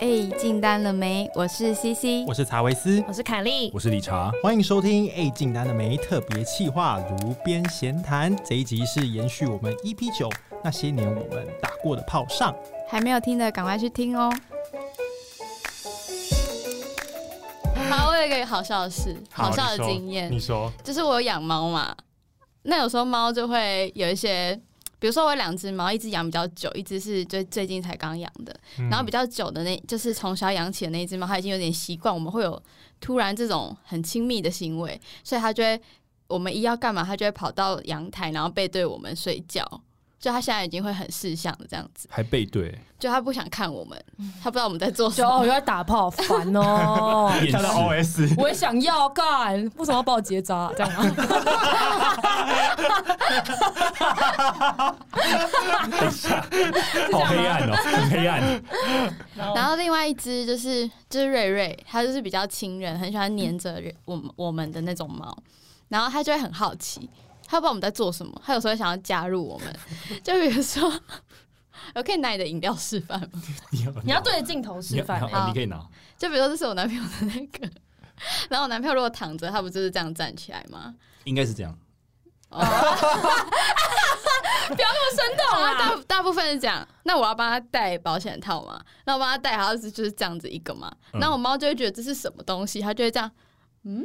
哎，进单了没？我是西西，我是查维斯，我是凯莉，我是理查。欢迎收听《哎进单了没》特别企划《炉边闲谈》这一集是延续我们 EP 九那些年我们打过的炮上。还没有听的赶快去听哦。好，我有一个好笑的事，好笑的经验你，说就是我有养猫嘛，那有时候猫就会有一些，比如说我有两只猫，一只养比较久，一只是最最近才刚养的，然后比较久的那，就是从小养起的那一只猫，它已经有点习惯，我们会有突然这种很亲密的行为，所以它就会，我们一要干嘛，它就会跑到阳台，然后背对我们睡觉。就它现在已经会很识相的这样子，还背对，就它不想看我们，它不知道我们在做什 就哦，么又。在打炮，好烦 哦！厌跳到世 OS，我也想要干，为什么要把我结扎、这 样吗？啊好黑暗 哦，很黑暗。然后另外一只就是就是瑞瑞，它就是比较亲人，很喜欢黏着人我们我们的那种猫，然后它就会很好奇，它不知道我们在做什么，它有时候会想要加入我们，就比如说，我可以拿你的饮料示范吗？你要你要对着镜头示范、你欸，要哦好你可以拿，就比如说这是我男朋友的那个，然后我男朋友如果躺着，他不就是这样站起来吗？应该是这样。真的然后大大部分是这样，那我要帮他戴保险套嘛，那我帮他戴，然后是就是这样子一个嘛，嗯那我猫就会觉得这是什么东西，它就会这样，嗯，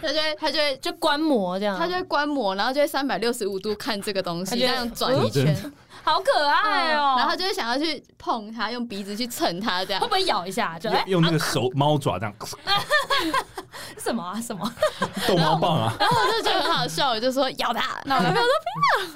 它就会它就会就观摩这样，他就会观摩，然后就会三百六十五度看这个东西，这嗯他就会哦样转一圈，好可爱哦、嗯然后他就会想要去碰它，用鼻子去蹭它， 这样会不会咬一下？嗯就哎、用用那个手猫爪这 样什么啊什么？逗猫棒啊，然后我就觉得很好笑，我就说咬它，那我男朋嗯友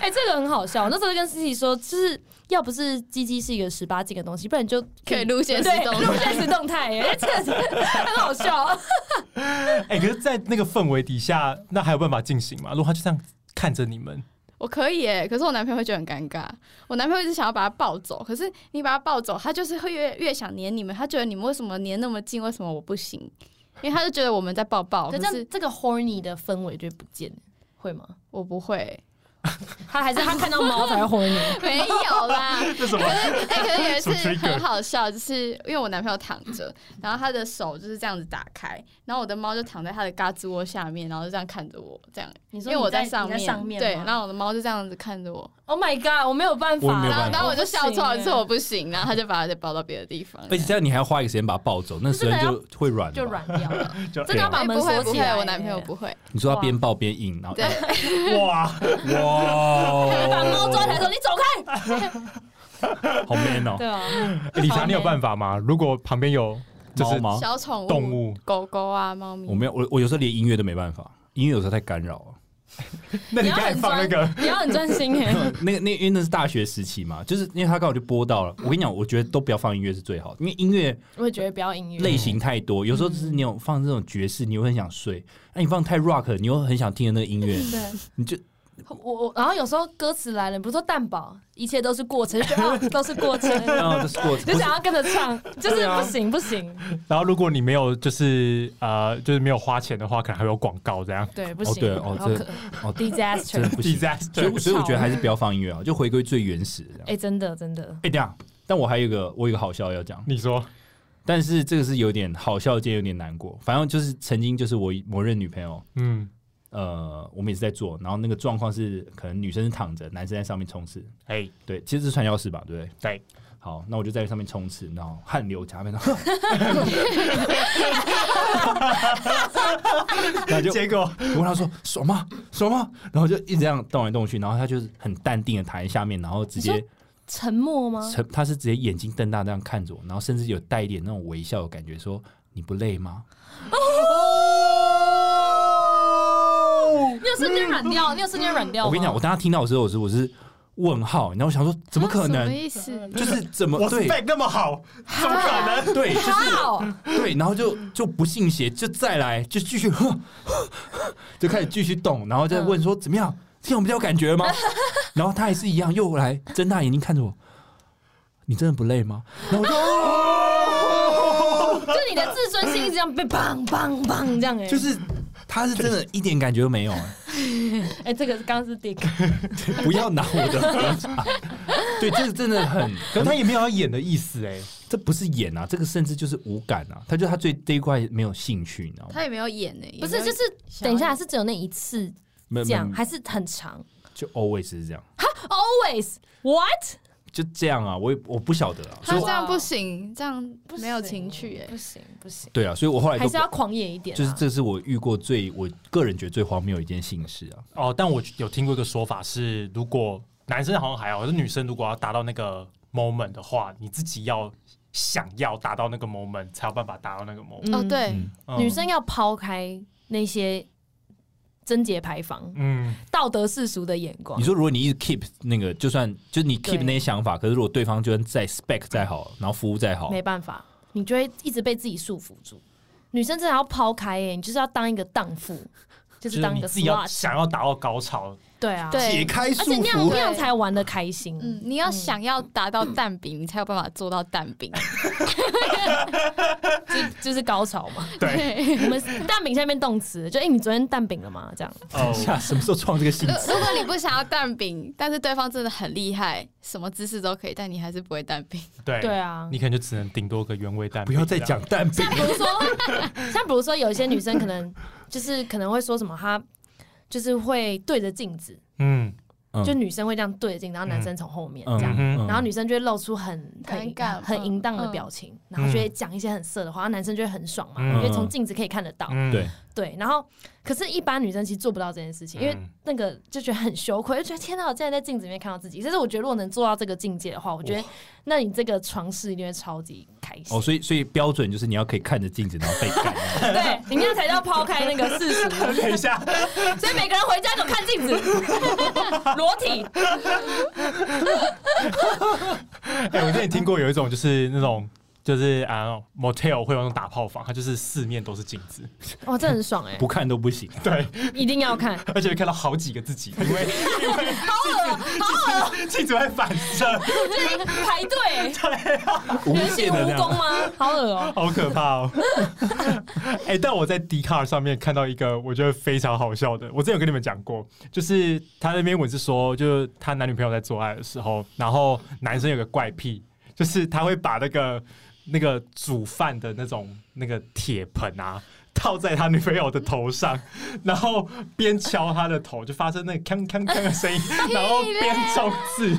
哎、这个很好笑。那时候就跟思琪说，就是要不是鸡鸡是一个十八禁的东西，不然你就可以录现实对动录态现实动态、哎，这个是很好笑。 哎、可是，在那个氛围底下，那还有办法进行吗？如果他就这样看着你们，我可以耶，可是我男朋友会觉得很尴尬，我男朋友一直想要把它抱走，可是你把它抱走，他就是会越越想黏你们，他觉得你们为什么黏那么近，为什么我不行？因为他就觉得我们在抱抱，可可这是样这个 horny 的氛围就不见了，会吗？我不会，他还是他看到猫才会 horny。没有 啦，这什么？哎、可是有一次什么 trigger？很好笑，就是因为我男朋友躺着，然后他的手就是这样子打开，然后我的猫就躺在他的嘎吱窝下面，然后就这样看着我，这样，你因为我上你在上面对，吗然后我的猫就这样子看着我， Oh my god！我没有办我也法没有然办后法然后我就笑出来，我不行欸说我不行，然后他就把它再抱到别的地方，而且这样你还要花一个时间把它抱走，那时间就会软了吧。啊就软掉 了，就真的要把哎门不会锁不起会来。，我男朋友不会，你说它边抱边硬，然后对，哇， 哇，把猫抓起来说：“你走开好 man！”哦。 对啊， 欸理查，你有办法吗？如果旁边有就是猫吗？小宠物动物狗狗啊，猫咪，我没有，我我有时候连音乐都没办法，音乐有时候太干扰了。那你要刚才很放那专，个，你要很专心哎。那个那因为那是大学时期嘛，就是因为他刚好就播到了。我跟你讲，我觉得都不要放音乐是最好的，因为音乐 我也觉得不要音乐类型太多，有时候就是你有放这种爵士，你又很想睡；那、你放太 rock，了你又很想听的那个音乐，对，你就我我然后有时候歌词来了，比如说蛋堡，一切都是过程，就觉得 哦都是过程，啊，这是过就程。想要跟着 唱，就是不行不行，然后如果你没有就是呃就是没有花钱的话，可能还有广告这样。对不行，对哦好这可 哦真的 disaster，不行，所 disaster 以所以我觉得还是不要放音乐啊，就回归最原始的这样。哎，真的真的，哎、等一下，但我还有一个我有一个好笑要讲，你说但是这个是有点好笑兼有点难过。反正就是曾经就是我某任女朋友，嗯，呃，我们也是在做，然后那个状况是可能女生是躺着，男生在上面冲刺，哎、对，其实是传教士吧，对不对？对。好，那我就在上面冲刺，然后汗流浃背，然后然后就结果我问他说爽吗？爽吗？然后就一直这样动来动去，然后他就是很淡定的躺在下面，然后直接沉默吗？嗯沉，他是直接眼睛瞪大这样看着我，然后甚至有带一点那种微笑的感觉，说你不累吗？哦你有瞬间软掉，你有瞬间软掉哦吗我跟你讲，我当他听到的时候，我是我是问号，然后我想说怎么可啊什么能？意思？就是怎么我对 spec 那么好，怎么可能？对，就是好对，然后就就不信邪，就再来，就继续，呵呵呵就开始继续动，然后再问说怎么样，这样比较有感觉了吗？然后他还是一样，又来睁大眼睛看着我，你真的不累吗？然后我就、就你的自尊心一直这样被砰砰砰这样 哎，就是他是真的一点感觉都没有、哎 哎，这个刚刚是 Dick，不要拿我的对，这是真的很，可是他也没有要演的意思哎、这不是演啊，这个甚至就是无感啊。他就他对这一块没有兴趣，你知道吗？他也没有演呢、不是，就是等一下是只有那一次没有这没有样，没有还是很长就 always 是这样， ？Always what？就这样啊。我也我不晓得啊，所他以这我样不行，这样没有情趣哎、不行不行，对啊，所以我后来还就是要狂野一点啊。就是这是我遇过最我个人觉得最荒谬的一件幸事啊。哦，但我有听过一个说法是，如果男生好像还好，可是女生如果要达到那个 moment 的话，你自己要想要达到那个 moment，才有办法达到那个 moment。嗯哦，对，嗯，嗯女，生要抛开那些贞洁牌坊、嗯，道德世俗的眼光你。说如果你一直 keep 那个，就算就是你 keep 对那些想法，可是如果对方就算再 spec 再好，然后服务再好，没办法，你就会一直被自己束缚住。女生真的要抛开欸耶、你就是要当一个荡妇，就就是是当一你个自己要 slut，想要达到高 潮，对啊，对开而且那样那对样才玩的开心。嗯，你要想要达到蛋饼，你才有办法做到蛋饼。就 就是高潮嘛。 对，我们蛋饼下面动词，就哎、你昨天蛋饼了吗？这样哦，下什么时候创这个性如呃 质？如果你不想要蛋饼，但是对方真的很厉害，什么姿势都可以，但你还是不会蛋 饼。对对，啊。你可能就只能顶多个原味蛋不饼，要再讲蛋饼像，比如说， 像比如说，有一些女生可能就是可能会说什么，她就是会对着镜子，嗯，嗯就女生会这样对着镜，然后男生从后面这样，嗯然后女生就会露出很很尴尬很淫荡的表情，然后就会讲一些很色的话，然后男生就会很爽嘛，嗯因为从镜子可以看得到。嗯对，对，然后可是，一般女生其实做不到这件事情，因为嗯那个就觉得很羞愧，就觉得天哪，我竟然在镜子里面看到自己。但是我觉得，如果能做到这个境界的话，我觉得那你这个床事一定会超级开心。哦，所以所以标准就是你要可以看着镜子，然后被干。 对，你那才叫抛开那个世俗。等一下，所以每个人回家都看镜子， 裸体。 哎、我之前听过有一种就是那种就是啊 motel 会有那种打炮房，它就是四面都是镜子，哇，这很爽哎、 不看都不行。对，一定要看。而且会看到好几个自己，因为因为好恶 镜子会反射，排队，无人限形的这蜈蚣样。吗？好恶哦、好可怕哦！ 哎、但我在 d c a r 上面看到一个我觉得非常好笑的，我之前有跟你们讲过，就是他那篇文是说，就是他男女朋友在做爱的时候，然后男生有个怪癖，就是他会把那个那个煮饭的那种那个铁盆啊。套在他女朋友的头上，然后边敲他的头，就发生那个锵锵锵的声音，然后边冲刺。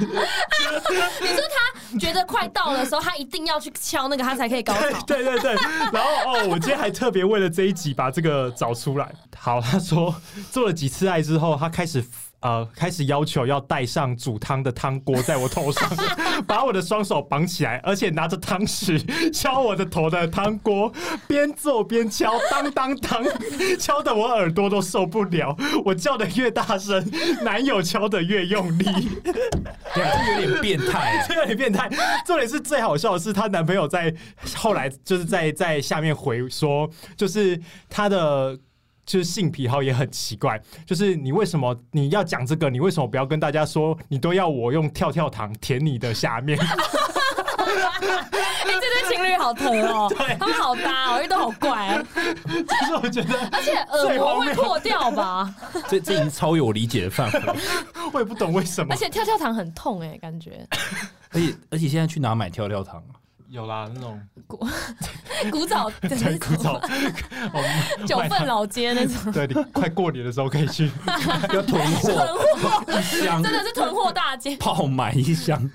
觉得快到的时候，他一定要去敲那个，他才可以高 潮。 对对对，然后哦，我今天还特别为了这一集把这个找出来。好，他说做了几次爱之后，他开始呃开始要求要带上煮汤的汤锅在我头上， 把我的双手绑起来，而且拿着汤匙敲我的头的汤锅，边揍边敲，当当当，敲得我耳朵都受不了。我叫的越大声，男友敲的越用力。对啊，这有点变态 欸。这有点变态。重点是最好笑的是，她男朋友在后来就是在在下面回说，就是她的。就是性癖好也很奇怪，就是你为什么你要讲这个？你为什么不要跟大家说你都要我用跳跳糖舔你的下面？ 啊哎、这对情侣好疼 哦、他们好搭哦、因为都好怪、就是我觉得而且耳膜会破掉吧？这这已经超越我理解的范围。我也不懂为什么而。且跳跳糖很痛哎、感觉而且而且现在去哪买跳跳糖啊？有啦，那种 古早 对古早，九份老街那种，对，你快过年的时候可以去。要囤囤货货一箱真，的是囤货大街。 泡买一箱。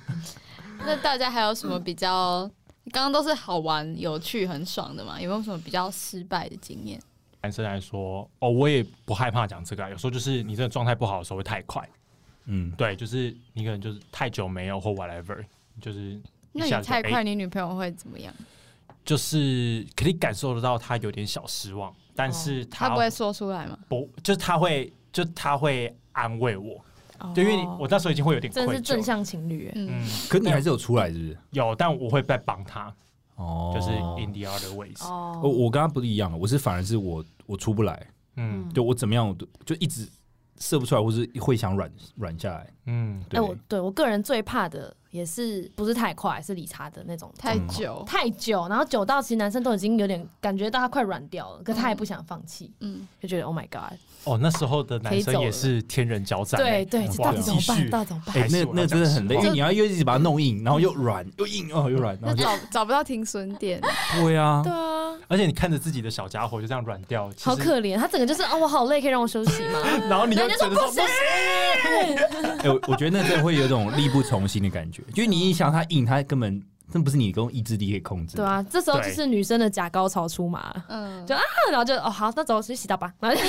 那大家还有什么比较？刚刚都是好玩、有趣、很爽的嘛，有没有什么比较失败的经验？男生来说，哦，我也不害怕讲这个啊。有时候就是你真的状态不好的时候会太快，嗯，对，就是你可能就是太久没有或 whatever，就是那一下你子太就快，哎你女朋友会怎么样？就是可以感受得到他有点小失望，但哦是她他不会说出来吗？不就是他会就他会安慰我，哦就因为你我那时候已经会有点真的愧是正疚，向情侣、欸，嗯嗯，可你还是有出来，是不是？有，但我会再帮他，哦就是 in the other ways，哦我我跟他不一样，我是反而是我我出不来，嗯就我怎么样我都就一直射不出来，或是会想软软下来。嗯，对，哎我对我个人最怕的也是不是太快，是理查的那种太久，太久，然后久到其实男生都已经有点感觉到他快软掉了，可他也不想放弃，嗯，就觉得 Oh my God，哦，那时候的可男以走生也了是天人交战欸、对对，这哇到底怎么继办？续到底怎么办？哎、还是那我要那真的很累，讲因实为话你要又一直把它弄硬，然后又软又硬哦，又 软，然那后就找找不到停损点， 对啊，对啊，而且你看着自己的小家伙就这样软掉，其实好可怜，他整个就是哦，我好累，可以让我休息 吗？然后你又人家觉得说说不行哎、我我觉得那真的会有种力不从心的感觉，就是你一想它硬，它根本那不是你跟意志力可以控制。对，啊，这时候就对是女生的假高潮出马，嗯，就然后就哦好，那走去洗澡吧，然后就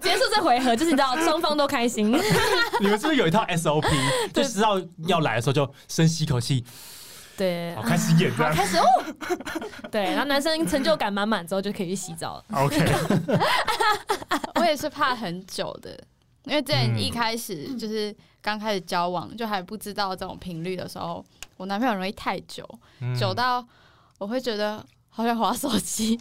结束这回合，就是你知道双方都开心， 你们是不是有一套 SOP，就知道要来的时候就深吸一口气，对，好开始演这好样。开始哦，对，然后男生成就感满满之后就可以去洗澡了， OK，我也是怕很久的，因为之前一开始就是刚开始交往，就还不知道这种频率的时候，我男朋友容易太久，嗯久到我会觉得好想划手机。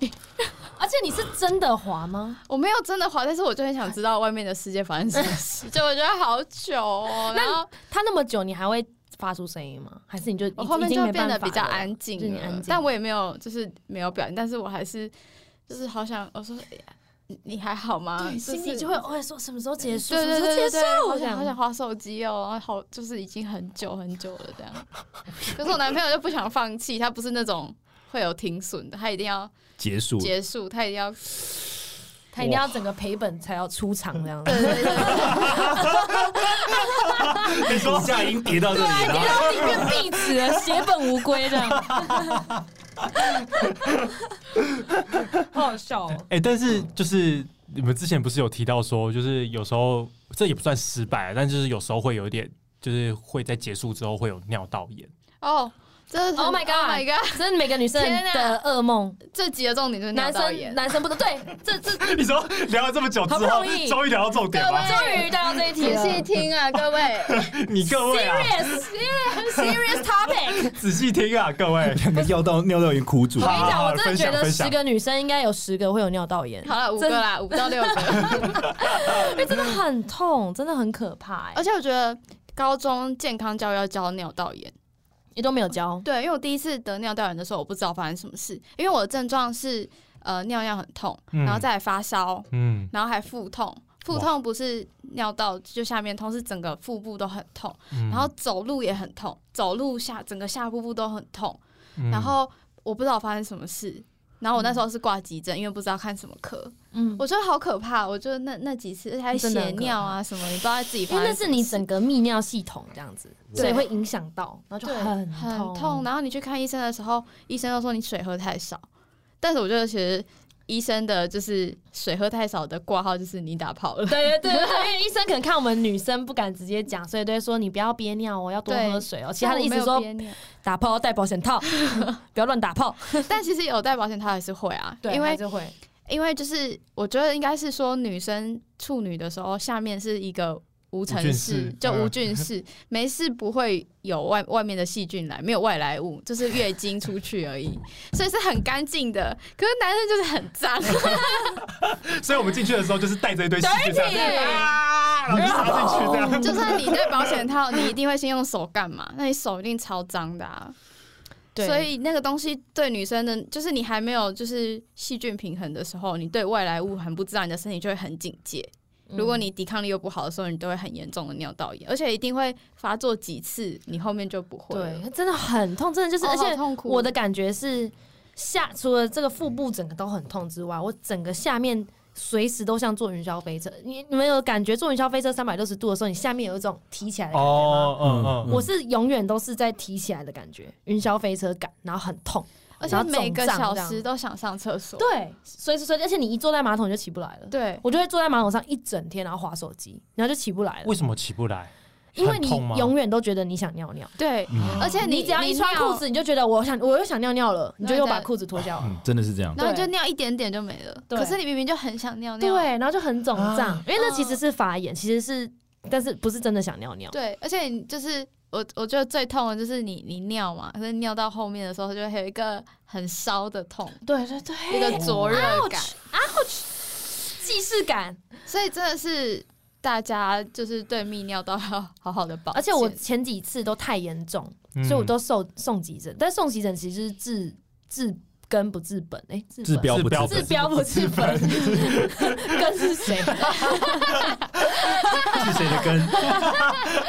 而且你是真的滑吗？我没有真的滑，但是我就很想知道外面的世界发生什么 事，就我觉得好久哦。然后他那么久，你还会发出声音吗？还是你就我后已面经就没变办得法比较了安就静你了，安静但我也没有就是没有表现，但是我还是就是好想我说。哎呀你你还好吗？对，就是心里就会会说什么时候结束，对对什么对时候对结对束，，好想想好想划手机哦，然后好就是已经很久很久了这样。可是我男朋友就不想放弃，他不是那种会有停损的，他一定要结束。结束，他一定要他一定要整个赔本才要出场这样子对。对对对，你说现在已经跌到这里了，然后宁愿壁纸了，血本无归这样，好好笑哦！哎、但是就是你们之前不是有提到说，就是有时候这也不算失败，但就是有时候会有一点，就是会在结束之后会有尿道炎。哦，真的是 Oh my Oh my god！这是每个女生天哪的噩梦，这集的重点就是尿男道生炎。男生不得对，这这你说聊了这么久之好不后容，易终于聊到重点各了。终于到这一 仔题了。细听啊，各位，你各位啊， Serious, yeah, serious topic。仔细听啊，各 位。两个尿到尿到有点苦主我跟你讲，好我真的觉分享得分享十个女生应该有十个会有尿道炎，好了，五个啦，五到六个。因为真的很痛，真的很可怕、而欸，且我觉得高中健康教育要教尿道炎，也都没有教。对，因为我第一次得尿道炎的时候，我不知道发生什么事，因为我的症状是呃尿尿很痛，嗯然后再来发烧，嗯，然后还腹痛。腹痛不是尿道就下面痛，是整个腹部都很痛，嗯然后走路也很痛，走路下整个下腹部都很痛。嗯然后我不知道发生什么事，然后我那时候是挂急诊，因为不知道看什么科，嗯，我觉得好可怕。我觉得那那几次而且还真的血很可怕尿啊什么，你不知道自己因发为生那什是么你事整个泌尿系统这样子，对所以会影响到，然后就对很很痛。痛。然后你去看医生的时候，医生都说你水喝太少，但是我觉得其实医生的就是水喝太少的挂号就是你打炮了。对对对，因为医生可能看我们女生不敢直接讲，所以都会说你不要憋尿哦，要多对喝水哦。其他的意思说但我没有憋尿打泡要戴保 险套，不要乱打泡。但其实有戴保险套还是会啊，对，因为就会因为就是我觉得应该是说女生处女的时候，下面是一个无尘菌室室，就嗯无菌室， 没事不会有外外面的细菌来，没有外来物，就是月经出去而已， 所以是很干净的。可是男生就是很脏，所以我们进去的时候就是带着一堆细菌这样，对啊，然后就插进去这样。就算你戴保险套，你一定会先用手干嘛？那你手一定超脏的啊！对，所以那个东西对女生的，就是你还没有就是细菌平衡的时候，你对外来物很不知道，你的身体就会很警戒。嗯如果你抵抗力又不好的时候，你都会很严重的尿道炎，而且一定会发作几次，你后面就不会了。对，真的很痛，真的就是，哦而好且痛苦我的感觉是下除了这个腹部整个都很痛之外，我整个下面随时都像坐云霄飞车。你你们有感觉坐云霄飞车三百六十度的时候，你下面有一种提起来的感觉吗？哦，嗯嗯，我是永远都是在提起来的感觉，云霄飞车感，然后很痛，而且然后每个肿胀小这样时都想上厕所。对，随时随地，而且你一坐在马桶你就起不来了。对，我就会坐在马桶上一整天，然后划手机，然后就起不来了为，什么起不来？因为很你痛吗永远都觉得你想尿尿，对，嗯而且嗯你只要一穿尿裤，子，你就觉得我想我又想尿尿了，你就又把裤子脱掉了。嗯，真的是这样。然后你就尿一点点就没了。对可是你明明就很想尿尿。 对，啊然后就很肿胀，因为那其实嗯是发炎，其实是，但是不是真的想尿尿？对，而且你就是我，我觉得最痛的就是你你尿嘛，可是尿到后面的时候，就会有一个很烧的痛，对对对一个灼热感。既视感。所以真的是大家就是对泌尿都要 好好的保健，而且我前几次都太严重，嗯所以我都送送急诊。但送急诊其实是治治根不治本，哎、治治本标治不治标治本，标不治 本，根是谁？是谁的根？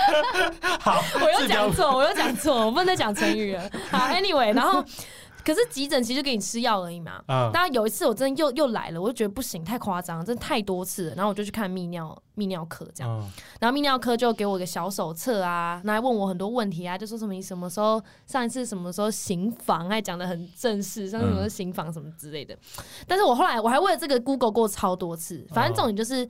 好，我又讲错，我又讲错，我不能再讲成语了。好，anyway，然后可是急诊其实就给你吃药而已嘛。嗯当然有一次我真的又又来了，我就觉得不行，太夸张，真的太多次了。然后我就去看泌尿泌尿科这样，嗯然后泌尿科就给我一个小手册啊，那还问我很多问题啊，就说什么你什么时候上一次什么时候行房，还讲的很正式，上次什么时候嗯行房什么之类的。但是我后来我还为了这个 Google 过超多次，反正哦重点就是。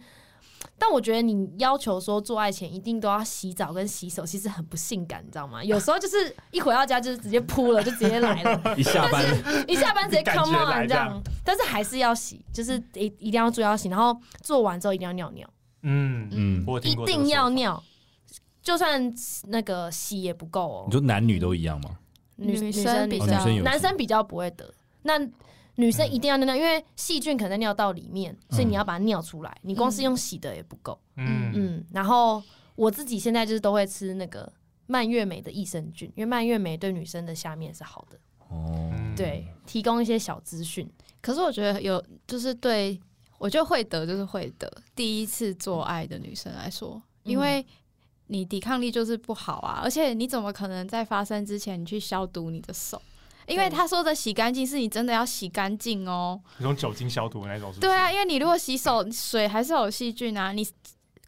但我觉得你要求说做爱前一定都要洗澡跟洗手，其实很不性感，你知道吗？有时候就是一回到家就是直接扑了，就直接 来了，一下班一下班直接感觉 come on 来这这样样。但是还是要洗，就是一一定要注意要洗，然后做完之后一定要尿尿。嗯，嗯，我有听一过这个定要说法尿，就算那个洗也不够哦你。说男女都一样吗？女女生生比比哦较女较，生有男生比较不会得。那女嗯生一定要尿尿，因为细菌可能在尿道里面，所以你要把它尿出来。你嗯光是用洗的也不够。嗯嗯，然后我自己现在就是都会吃那个蔓越莓的益生菌，因为蔓越莓对女生的下面是好的。哦，嗯对，提供一些小资讯。可是我觉得有，就是对我觉得会得就是会得，第一次做爱的女生来说，嗯因为你抵抗力就是不好啊，而且你怎么可能在发生之前你去消毒你的手？因为对他说的洗干净是你真的要洗干净哦。嗯那种酒精消毒的那种是不是？对啊，因为你如果洗手，水还是有细菌啊，你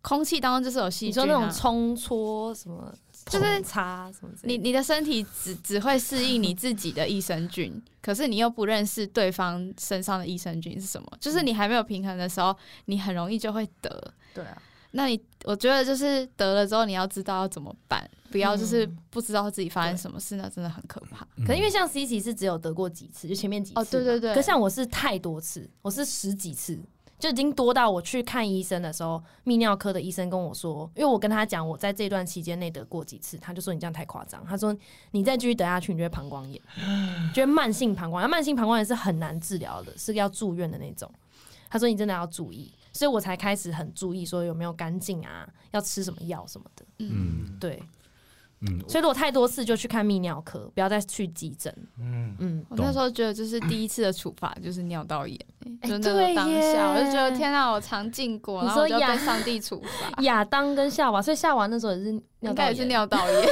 空气当中就是有细你菌、说啊。那种冲搓什么，就是擦什么之类你的，你的身体只只会适应你自己的益生菌，可是你又不认识对方身上的益生菌是什么，就是你还没有平衡的时候，你很容易就会得。对啊，那你我觉得就是得了之后，你要知道要怎么办，不要就是嗯不知道自己发生什么事，那真的很可怕。可能因为像 C C 是只有得过几次，就前面几次嘛。哦对对对可像我是太多次，我是十几次，就已经多到我去看医生的时候，泌尿科的医生跟我说，因为我跟他讲我在这段期间内得过几次，他就说你这样太夸张，他说你再继续得下去，你就会膀胱炎，就会慢性膀胱炎，慢性膀胱炎是很难治疗的，是要住院的那种。他说你真的要注意，所以我才开始很注意说有没有干净啊，要吃什么药什么的。嗯对，嗯，所以如果太多次就去看泌尿科，不要再去急诊。嗯，嗯。我懂那时候觉得就是第一次的处罚就是尿道炎、哎真的当对耶下我就觉得天啊，我尝禁果，你然后我说就呀，被上帝处罚 亚当跟夏娃，所以夏娃那时候也是尿应道该炎也是尿道 炎。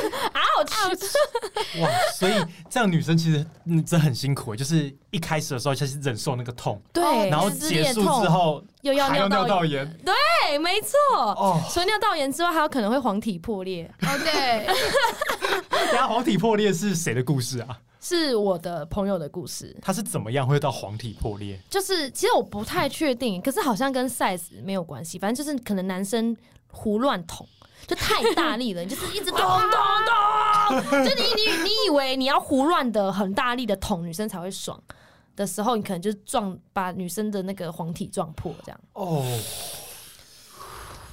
哇，所以这样女生其实嗯真的很辛苦，就是一开始的时候先是忍受那个痛，对，然后撕结哦裂束痛之后又要还尿要尿炎，道炎 对，哎没错。哦，除了尿道炎之外，还有可能会黄体破裂，哦，对，然后黄体破裂是谁的故事啊？是我的朋友的故事。他是怎么样会到黄体破裂？就是其实我不太确定，可是好像跟 size 没有关系，反正就是可能男生胡乱捅。就太大 力了，你就是一直咚咚咚，就你你你以为你要胡乱的很大力的捅女生才会爽的时候，你可能就撞把女生的那个黄体撞破这样哦，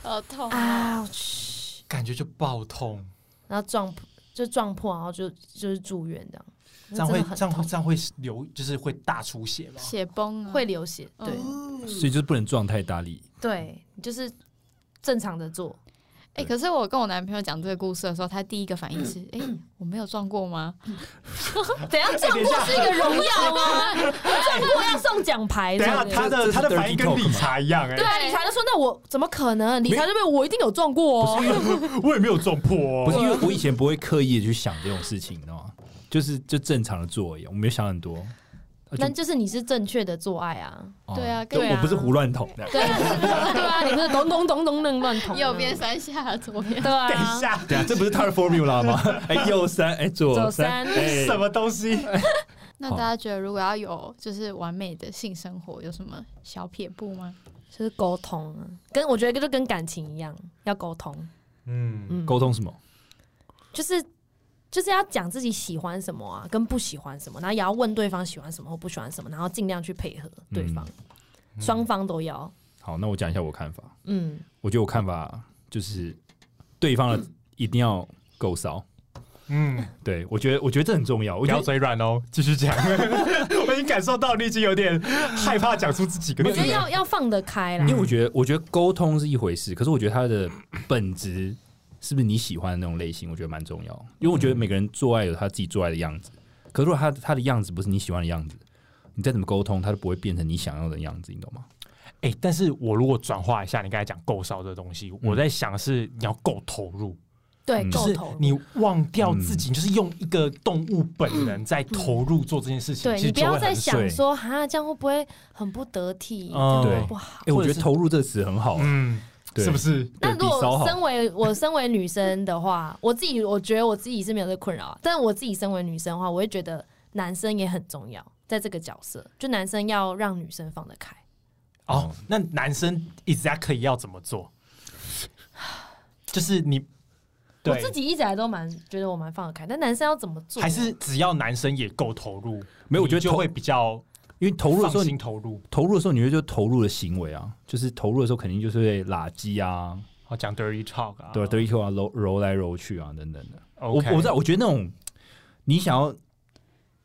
好痛啊！啊，去。感觉就爆痛，然后撞破就撞破，然后就就是住院这样，这样会真的这样会很痛这样会流，就是会大出血吗？血崩啊，会流血，对、嗯所以就是不能撞太大力，对，你就是正常的 做，哎、可是我跟我男朋友讲这个故事的时候，他第一个反应是：嗯哎、我没有撞过 吗？怎哎样撞破是一个荣耀吗？ 撞破要送奖牌，等一下，是不是他这的是他的 dirty 反应跟 talk 理查一样哎、对啊，理查就说那我怎么可能？理查这边我一定有撞过哦，我也没有撞破哦，不是因为我以前不会刻意的去想这种事情，你知道吗？就是就正常的做而已，我没有想很多。啊那就是你是正确的做爱啊， 哦对啊就对啊我不是胡乱捅的。对啊，对啊，你那咚咚咚咚咚乱捅，右边三下，左边对等一啊，下，对 啊，这不是他的 formula 吗？哎，右三，哎，左左三哎，什么东西？那大家觉得，如果要有就是完美的性生活，有什么小撇步吗？就是沟通啊，跟我觉得就跟感情一样，要沟通，嗯，嗯，沟通什么？就是就是要讲自己喜欢什么啊，跟不喜欢什么，然后也要问对方喜欢什么或不喜欢什么，然后尽量去配合对方，双、方都要。好，那我讲一下我看法。嗯，我觉得我看法就是，对方的一定要够骚。嗯，对我觉得，我觉得这很重要。我不觉要 得嘴软哦，继续讲。我已经经感受到你已经有点害怕讲出自己跟我自觉得己要要放得开啦因为。我觉得，我觉得沟通是一回事，可是我觉得它的本质是不是你喜欢的那种类型，我觉得蛮重要。因为我觉得每个人做爱有他自己做爱的样子，可是如果他他的样子不是你喜欢的样子，你再怎么沟通，他都不会变成你想要的样子，你懂吗？哎、但是我如果转化一下你刚才讲够烧这东西，我在想是你要够投入，对，就嗯够是投入。嗯你忘掉自己，你就是用一个动物本能在投入做这件事情，对其你实不就要会再很想碎说哈，这样会不会很不得体？这嗯样会对不好 哎、。我或者觉得是“投入”这个词很好、啊嗯，对是不是？对那如比骚果好身为我身为女生的话，我自己我觉得我自己是没有这困扰啊，但我自己身为女生的话，我会觉得男生也很重要，在这个角色，就男生要让女生放得开。哦，嗯那男生 exactly 要怎么做？就是你我对，自己一直以来都蛮觉得我蛮放得开，但男生要怎么做？啊还是只要男生也够投入，没有我你觉得就投会比较因为投入的时候放你心投入。投入的时候，你会就投入的行为啊，就是投入的时候肯定就是会拉鸡啊，好哦讲 dirty talk 啊，对吧？dirty 啊，揉揉来揉去啊，等等的。我 OK，我知道，我觉得那种你想要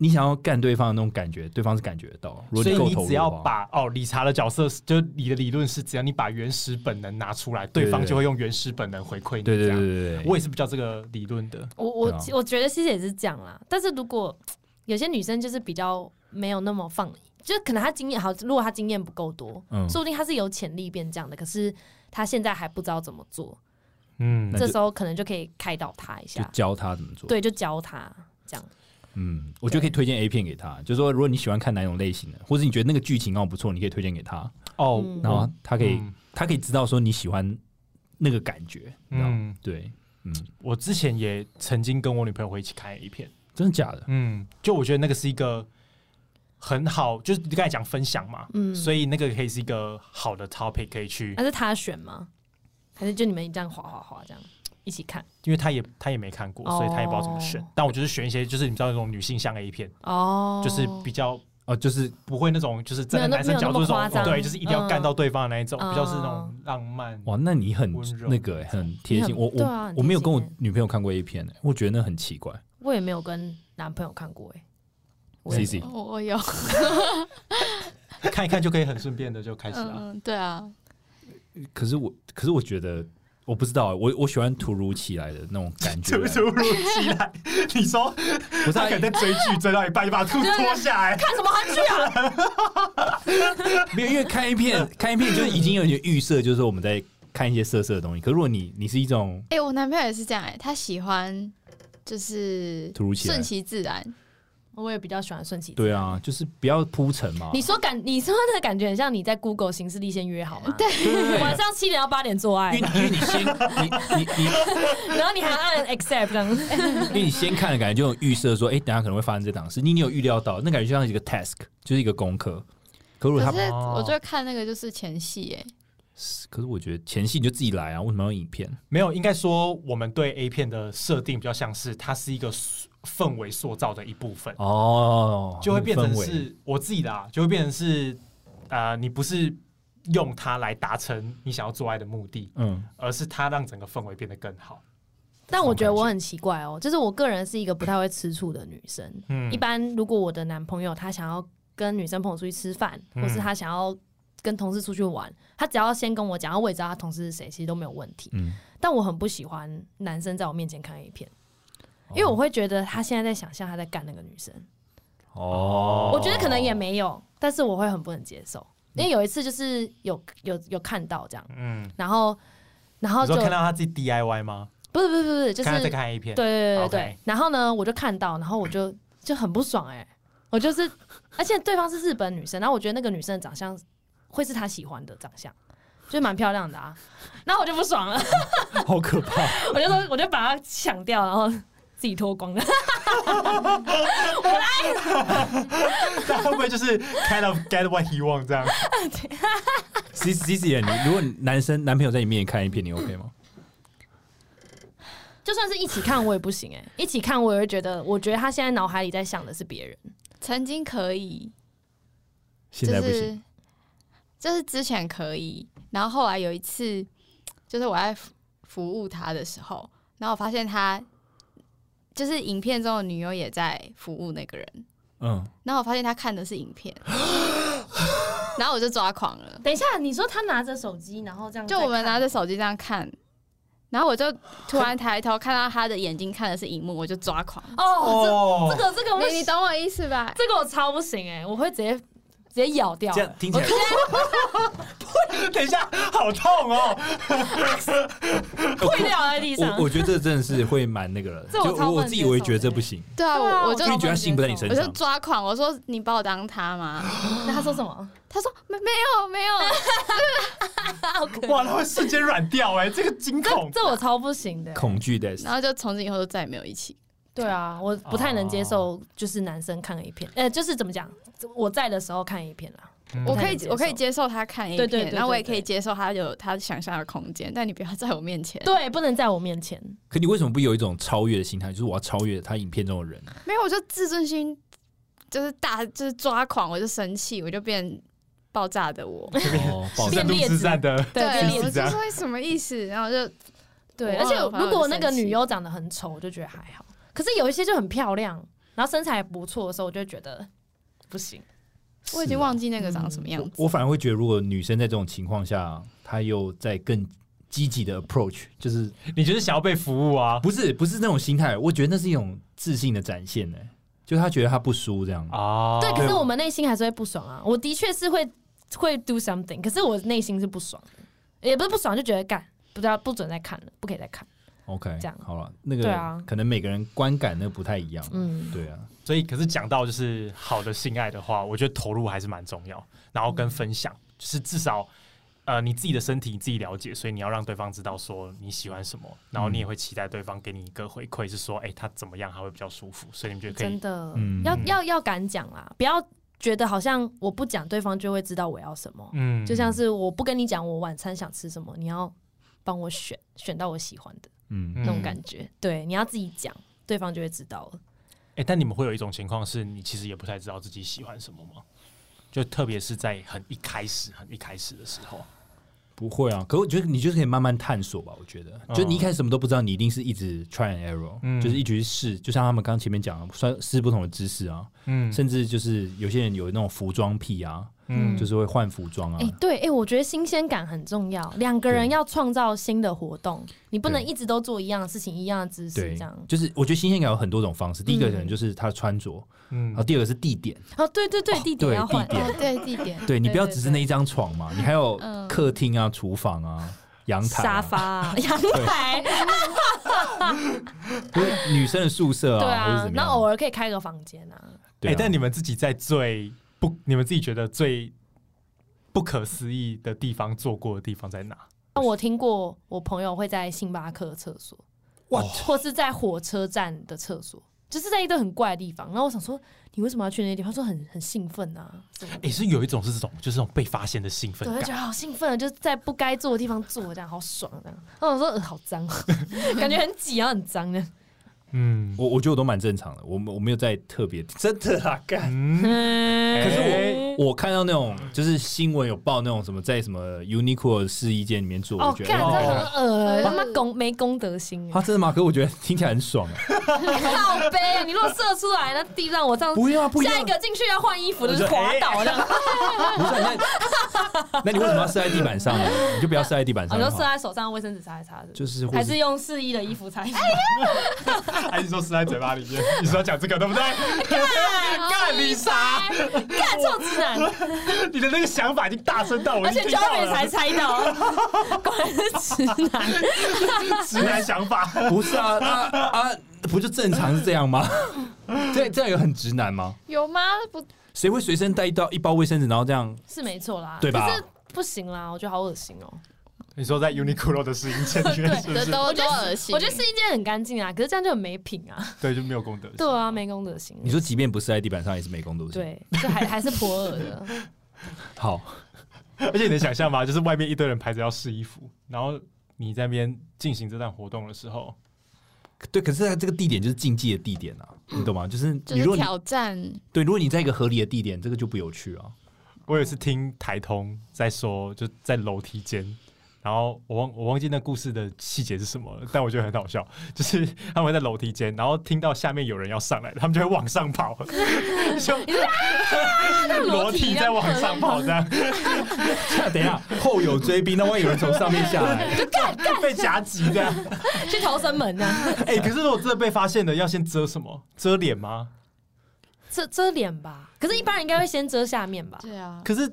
你想要干对方的那种感觉，对方是感觉得到。如果所以够你投入只的要话，把哦理查的角色是，就你的理论是，只要你把原始本能拿出来，对对方对就会用原始本能回馈你。对对这对样对对，我也是比较这个理论的。我我、对啊我觉得其实也是这样啦，但是如果有些女生就是比较没有那么放，就是可能她经验好，如果她经验不够多，嗯说不定她是有潜力变这样的，可是她现在还不知道怎么做，嗯那就这时候可能就可以开导她一就下，教他怎么做。，对，就教她这样。嗯，我觉得可以推荐 A 片给他，就是说如果你喜欢看哪种类型的，或者你觉得那个剧情哦不错，你可以推荐给他，哦嗯然后他可以、嗯他可以知道说你喜欢那个感觉，你知道吗？嗯，对，嗯，我之前也曾经跟我女朋友会一起看 A 片，真的假的？嗯，就我觉得那个是一个很好，就是你刚才讲分享嘛，嗯啊所以那个可以是一个好的 topic 可以去那、，是她选吗？还是就你们这样滑滑滑这样一起看？因为她也她也没看过，所以她也不知道怎么选哦。但我就是选一些就是你知道那种女性向 A 片，哦，就是比较哦，就是不会那种就是站在没有那男生角没度有那么那夸种，哦张对，就是一定要嗯干到对方的那一种，嗯比较是那种浪漫。哇，那你很温柔那个欸、很贴心。你很我我、对啊很我贴没有心跟我欸女朋友看过 A 片、欸，我觉得那很奇怪。我也没有跟男朋友看过哎、我也 C 没 C，哦我我有，看一看就可以很顺便的就开始了。嗯嗯，对啊，可是我可是我觉得我不知道欸、我我喜欢突如其来的那种感 觉突欸、如其来， 你说不是他啊、可能在追剧 追到一半，你把裤子脱下来，看什么韩剧啊？没有，因为看 A 片， 看 A 片就是已经有点预设，就是说我们在看一些色色的东西。可如果你你是一种哎、我男朋友也是这样、哎，他喜欢就是突如其来顺其自然，我也比较喜欢顺其自然对啊，就是不要铺陈嘛。你说感，你说那个感觉很像你在 Google 形式力先约好吗？对，对对对晚上七点到八点做爱因，为因为你先你你你， 然后你还按 accept 这样。因为你先看的感觉就有预设说，哎、等一下可能会发生这档事，你你有预料到，那感觉就像一个 task，就是一个功课。可如果可他是哦我就看那个就是前戏，哎，可是我觉得前戏你就自己来啊，为什么要用影片？没有，应该说我们对 A 片的设定比较像是它是一个塑氛围塑造的一部分，哦，就会变成那个氛围是我自己的啊，就会变成是呃，你不是用它来达成你想要做爱的目的，嗯，而是它让整个氛围变得更好。但我觉得我很奇怪哦，就是我个人是一个不太会吃醋的女生。嗯一般如果我的男朋友他想要跟女生朋友出去吃饭，嗯或是他想要跟同事出去玩，他只要先跟我讲，然后我也知道他同事是谁，其实都没有问题。嗯但我很不喜欢男生在我面前看 A 片，因为我会觉得他现在在想象他在干那个女生。哦，我觉得可能也没有，但是我会很不能接受，因为有一次就是有有有看到这样，嗯，然后然后你就说看不到他自己 DIY 吗？是不是不是，就是看他在对看 A 片， 对对对 OK 对，然后呢我就看到，然后我就就很不爽哎、我就是，而且对方是日本女生，然后我觉得那个女生的长相会是她喜欢的长相。就是蛮漂亮的 啊，然后我就不爽 了， 好可怕。 我就说我就把她抢掉，然后自己脱光了。但会不会就是 kind of get what he want 这样？ C C C 你如果男生男朋友在你面前看一片，你 OK 吗？ 就算是一起看我也不行哎、一起看我也会觉得，我觉得她现在脑海里在想的是别人。曾经可以，现在不行，就是，就是之前可以，然后后来有一次，就是我在服服务他的时候，然后我发现他就是影片中的女友也在服务那个人，嗯，然后我发现他看的是影 片，然后我就抓狂了。等一下，你说他拿着手机，然后这样就我们拿着，着手机这样看，然后我就突然抬头看到他的眼睛看的是荧幕，我就抓狂。哦，这哦 这，个这个我不你你懂我意思吧？这个我超不行哎，我会直接直接咬掉这。样听起来等一下，好痛哦！会掉在地上我，我觉得这真的是会蛮那个了。这就我超不能我自己我也觉得这不行，对啊，对啊我我这就因个为你觉得它吸不在你身我就上。抓狂，我说你把我当他吗？ 那他说什么？他说没没有没有，哇，他会瞬间软掉哎、这个惊恐这。这我超不行的。恐惧的，然后就从此以后就再也没有一起。对啊，我不太能接哦受，就是男生看 A 片，呃，就是怎么讲，我在的时候看 A 片啦。嗯我可太能以接受我可以接受他看 A 片，对对对对然后我也可以接受他有他想象的空间，但你不要在我面前。对，不能在我面前。可你为什么不有一种超越的心态？就是我要超越他影片 中的人。没有，我就自尊心就是大就是抓狂，我就生气，我就变爆炸的我。哦，是抱歉深度变劣之质战的，对变劣我质就这样说什么意思？然后就对，我而且忘了反正如果我就那个生气女优长得很丑，我就觉得还好。可是有一些就很漂亮，然后身材也不错的时候，我就觉得不行。我已经忘记那个长什么样子。我反而会觉得，如果女生在这种情况下，她又在更积极的 approach，就是你就是想要被服务啊不是不是那种心态，我觉得那是一种自信的展现呢、欸就她觉得她不输这样。啊！对，可是我们内心还是会不爽啊。我的确是会会 do something，可是我内心是不爽的，也不是不爽，就觉得干不知道不准再看了，不可以再看。 OK，这样好了，那对个、啊可能每个人观感那不太一样。嗯，对啊，所以可是讲到就是好的性爱的话，我觉得投入还是蛮重要，然后嗯跟分享，就是至少呃你自己的身体你自己了解，所以你要让对方知道说你喜欢什么，然后你也会期待对方给你一个回馈，是说哎、他怎么样他会比较舒服，所以你们就可真以的，嗯要嗯要要敢讲啦，不要觉得好像我不讲，对方就会知道我要什么。嗯就像是我不跟你讲我晚餐想吃什么，你要帮我选，选到我喜欢的嗯，那种觉。感觉。对，你要自己讲，对方就会知道了。哎、但你们会有一种情况是你其实也不太知道自己喜欢什么吗？就特别是在很一开始、很一开始的时候，不会啊，可我觉得你就是可以慢慢探索吧。我觉得，哦就你一开始什么都不知道，你一定是一直 try and error，、嗯就是一直去试。就像他们刚前面讲的，算试不同的姿势啊，嗯甚至就是有些人有那种服装癖啊，嗯就是会换服装啊。哎、对，哎、我觉得新鲜感很重要。两个人对要创造新的活动，你不能对一直都做一样的事情、一样的姿势对这样，。就是我觉得新鲜感有很多种方式。第一个嗯可能就是他的穿着，嗯然后第二个是地点，哦，对对对，地点对要换地。点哦，对地点，对你不要对只是那一张床嘛，你还有嗯客厅啊、厨房啊、阳台、沙啊、发、 啊、阳台，就是女生的宿舍对啊，或者啊怎，么那样。偶尔可以开个房间啊。对哎、啊但你们自己在最不，你们自己觉得最不可思议的地方做过的地方在哪？那我听过我朋友会在星巴克厕所，哇，或是在火车站的厕所，就是在一个很怪的地方。然后我想说，你为什么要去那些地方？他说很很兴奋啊，什么的哎、是有一种是这种，就是那种被发现的兴奋对，就觉感。得好兴奋啊，就是在不该坐的地方坐，这样好爽这 样。然后我说，呃，好脏， 感觉很挤，然后很脏的。嗯，我我觉得我都蛮正常的，我没我没有在特别真的啊， 干。嗯，可是哎我我看到那种就是新闻有报那种什么在什么 Uniqlo 的试衣间里面做，哦我，觉得干，这哦很恶，嗯他妈公没公德心啊，真的吗？可是我觉得听起来很 爽啊。哎，靠背，你如果射出来，那地上我上不要啊不要啊，下一个进去要换衣服的就是滑哎倒这样，不是啊那那你为什么要射在地板上呢？你就不要射在地板我上就就好，射在手上，卫生纸擦一擦的，哎就是或还是是用试衣的衣服擦一擦。哎还是说是在嘴巴里面？你说要讲这个对不对？干你啥？干臭直男，你的那个想法已经大声到我而已经且听 j o 到 y 才了，猜到，果然是直嗯啊男。直男想法。不是啊啊啊！不就正常是这样吗？ 这这样有很直男吗？有吗？不，谁会随身带一到一包卫生纸，然后这样是没错啦，对吧可是不行啦，我觉得好恶心哦、 你说在 Uniqlo 的试衣间里面是不这是？都我都觉得恶心。我觉得是一件很干净啊，可是这样就很没品啊。对，就没有公德心。对啊，没公德心。你说即便不是在地板上，也是没公德心。，对，就还还是普洱 的，好，而且你能想象吗？就是外面一堆人排着要试衣服，然后你在那边进行这段活动的时候，对，可是在这个地点就是禁忌的地点啊，你懂吗？嗯就是就你如是果你挑战，对，如果你在一个合理的地点， 这个就不有趣啊。我有一次听台通在说，就在楼梯间，然后我忘我忘记那故事的细节是什么了，但我觉得很好笑，就是他们会在楼梯间，然后听到下面有人要上来，他们就会往上 跑，就裸 体在往上跑这样， 等一下后有追兵，那万一有人从上面下 来，被夹击这样。去逃生门呢、哎、可是如果真的被发现了，要先遮什么？遮脸吗？遮遮脸吧。可是，一般人应该会先遮下面吧？对啊，可是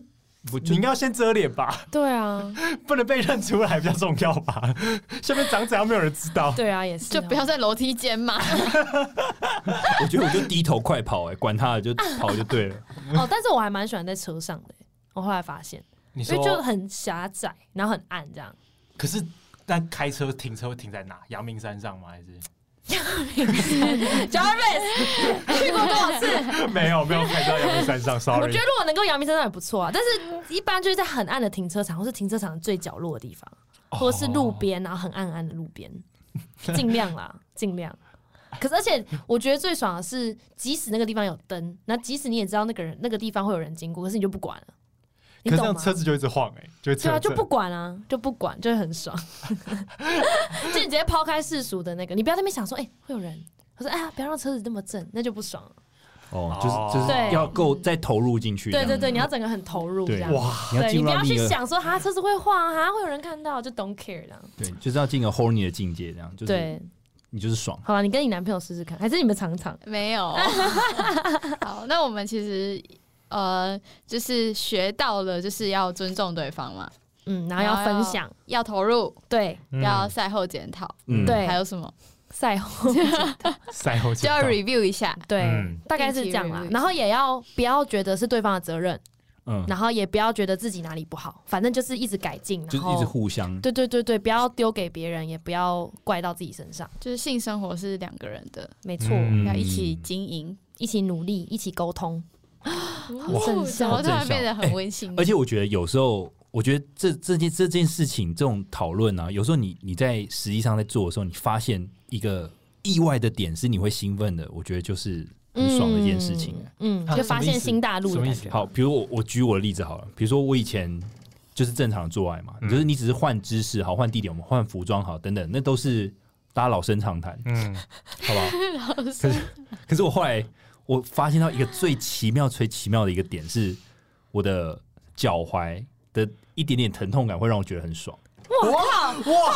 你应该要先遮脸吧，对啊，不能被认出来比较重要吧？ 下面长怎样没有人知道。对啊，也是哦。就不要在楼梯间嘛。我觉得我就低头快跑，哎，管他的就跑就对 了。哦，但是我还蛮喜欢在车上的、我后来发现，你因为说就很狭窄，然后很暗这样。 可是那开车停车会停在哪？阳明山上吗？还是 Jarvis，去过多少次？ 没有没有开到阳明山上我？Sorry 觉得。如果能够阳明山上也不错啊，但是一般就是在很暗的停车场，或是停车场最角落的地方，或者是路边，然后很暗暗的路 边，尽量啦，尽量。可是，而且我觉得最爽的是，即使那个地方有灯，那即使你也知道那个人那个地方会有人经过，可是你就不管了，你可是这懂样吗？车子就一直晃哎、就会车对啊，就不管啊，就不管，就会很爽。 就你直接抛开世俗的那个，你不要在那边想说，哎、会有人。我说，哎呀，不要让车子那么正，那就不爽了。哦，就是就是对要够再投入进去。啊对对这对，样你要整个很投入这对样。哇，你要对你进入不到要另一去个想说哈车子会晃啊哈会有人看到，就 don't care 这样。对，就是要进个 horny 的境界，这样就是对，你就是爽。好了，你跟你男朋友试试看，还是你们尝尝？没 有。好，那我们其实呃，就是学到了，就是要尊重对方嘛，嗯，然后要分享，要投入，对啊嗯要赛后检讨，嗯，对还有什么赛后赛后就检要讨 review 一下。 对嗯，大概是这样啦定期。review 然后也要不要觉得是对方的责任，嗯，然后也不要觉得自己哪里不好，反正就是一直改进，就然是一直后互相。对对对对，不要丢给别人，也不要怪到自己身上。就是性生活是两个人的，没错，嗯要一起经营。一起努力，一起沟通。哇正向怎么哦突然变得很哎温馨？而且我觉得有时候，我觉得这这件这件事情这种讨论啊，有时候你你在实际上在做的时候，你发现一个意外的点是你会兴奋的，我觉得就是很爽的一件事情。欸嗯，啊嗯，就发什么意思现新大陆什的么意感思觉。好，比如我我举我的例子好了，比如说我以前就是正常做爱嘛，嗯就是你只是换姿势好，换地点，我们换服装好等等，那都是大家老生常谈， 嗯，好不好？老可师是，可是我后来我发现到一个最奇妙、最奇妙的一个点是，我的脚踝的一点点疼痛感会让我觉得很爽。哇，好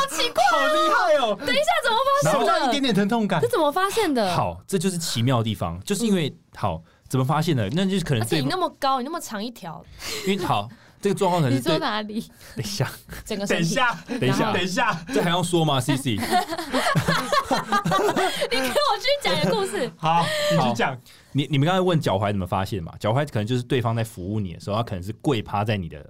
奇怪、好厉害哦！等一下怎么发现一点点疼痛 感这？怎么发现的？好，这就是奇妙的地方，就是因为好怎么发现的？那就是可能嗯而且对方，你那么高，你那么长一条，因为好这个状况可能你是对。说 等哪里？一下，整个等身一体。下，等一下等一下，这还要说吗？C C，跟我去讲一个故 事。好，你去好讲。你你们刚才问脚踝怎么发现嘛？脚踝可能就是对方在服务你的时候，他可能是跪趴在你的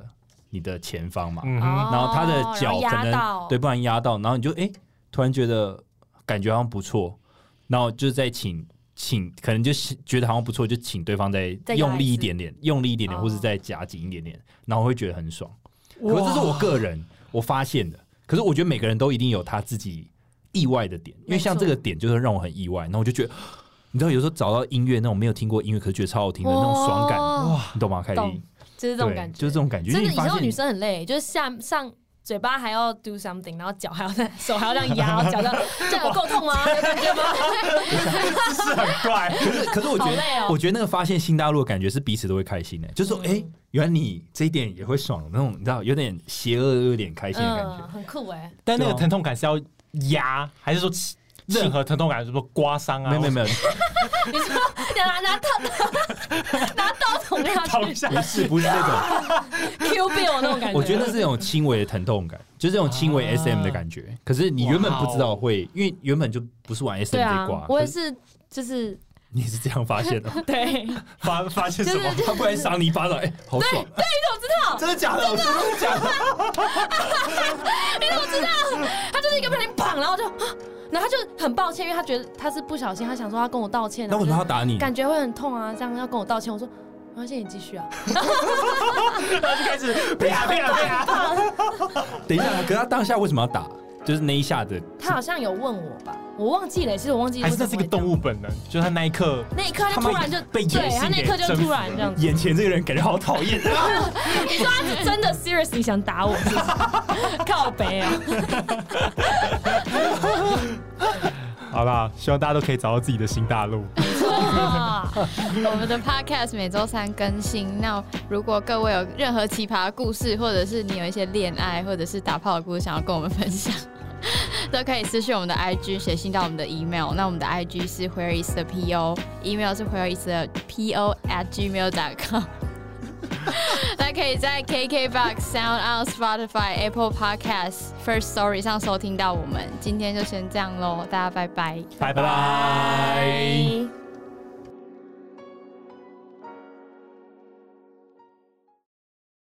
你的前方嘛，嗯哼，哦然后他的然脚后可压能到对，不然压到，然后你就哎、诶突然觉得感觉好像不错，然后就在请请，可能就是觉得好像不错，就请对方再再压用力一一次点点，用力一点点，哦或是再夹紧一点点，然后会觉得很爽。可哇是这是我个人我发现的，可是我觉得每个人都一定有他自己意外的点，因为没错像这个点就是让我很意外，然后我就觉得。 你知道，有时候找到音乐那种没有听过音乐，可是觉得超好听的那种爽感，哇哇，你懂吗？凯莉，懂哦就是这种对感觉，就是这种感觉。真因的，为以你发后现女生很累，就是下上嘴巴还要 do something，然后脚还要在手还要这样 压，然后脚这样这样有够痛吗？有感觉吗？姿势很 怪。 可是，可是我觉好累得，哦我觉得那个发现新大陆的感觉是彼此都会开心的，就是说，嗯哎，原来你这一点也会爽，那种你知道，有点邪恶，有点开心的感嗯，觉。很酷哎，但那个对啊疼痛感是要压，还是说起任何疼痛感，什么刮伤啊？没有没有没有，拿拿刀 拿刀捅下有，倒 去下不是不是那种， ，Q bill 那种感觉。我觉得那是那种轻微的疼痛感，就是这种轻啊微 SM 的感觉。可是你原本不知道会，因为原本就不是玩 SM 哦对这啊一挂，，我也可是是，就是你是这样发现的，对，发发现 就什是么？他不然赏你一巴掌，哎，好爽！真的假的？我真的假的？他就是一个不小心砰，然后我就啊，然后他就很抱歉，因为他觉得他是不小心，他想说他跟我道歉，那为什么他打嗯你？感觉会很痛啊，这样要跟我道歉，我说没关系，你继续啊。 然后就开始啪啪啪。等一下，可是他当下为什么要打？就是那一下子，他好像有问我吧，我忘记了，其实我忘记还是那是一个动物。物本能，就是他那一刻那一刻他就突然他就们被野性对他那一刻就给征服突然 这样子，眼前这个人感觉好讨厌。你说他是真的 seriously 想打我是不是， 靠 北啊！好啦，希望大家都可以找到自己的新大陆。哇我们的 podcast 每周三更新。那如果各位有任何奇葩的故事，或者是你有一些恋爱，或者是打炮的故事，想要跟我们分享，都可以私讯我们的 IG，写信到我们的 email。那我们的 IG 是 Where is the PO，email 是 Where is the PO at gmail.com。那可以在 KKBox、Sound On、Spotify、Apple Podcasts、First Story 上收听到我们。今天就先这样喽，大家拜拜。拜拜。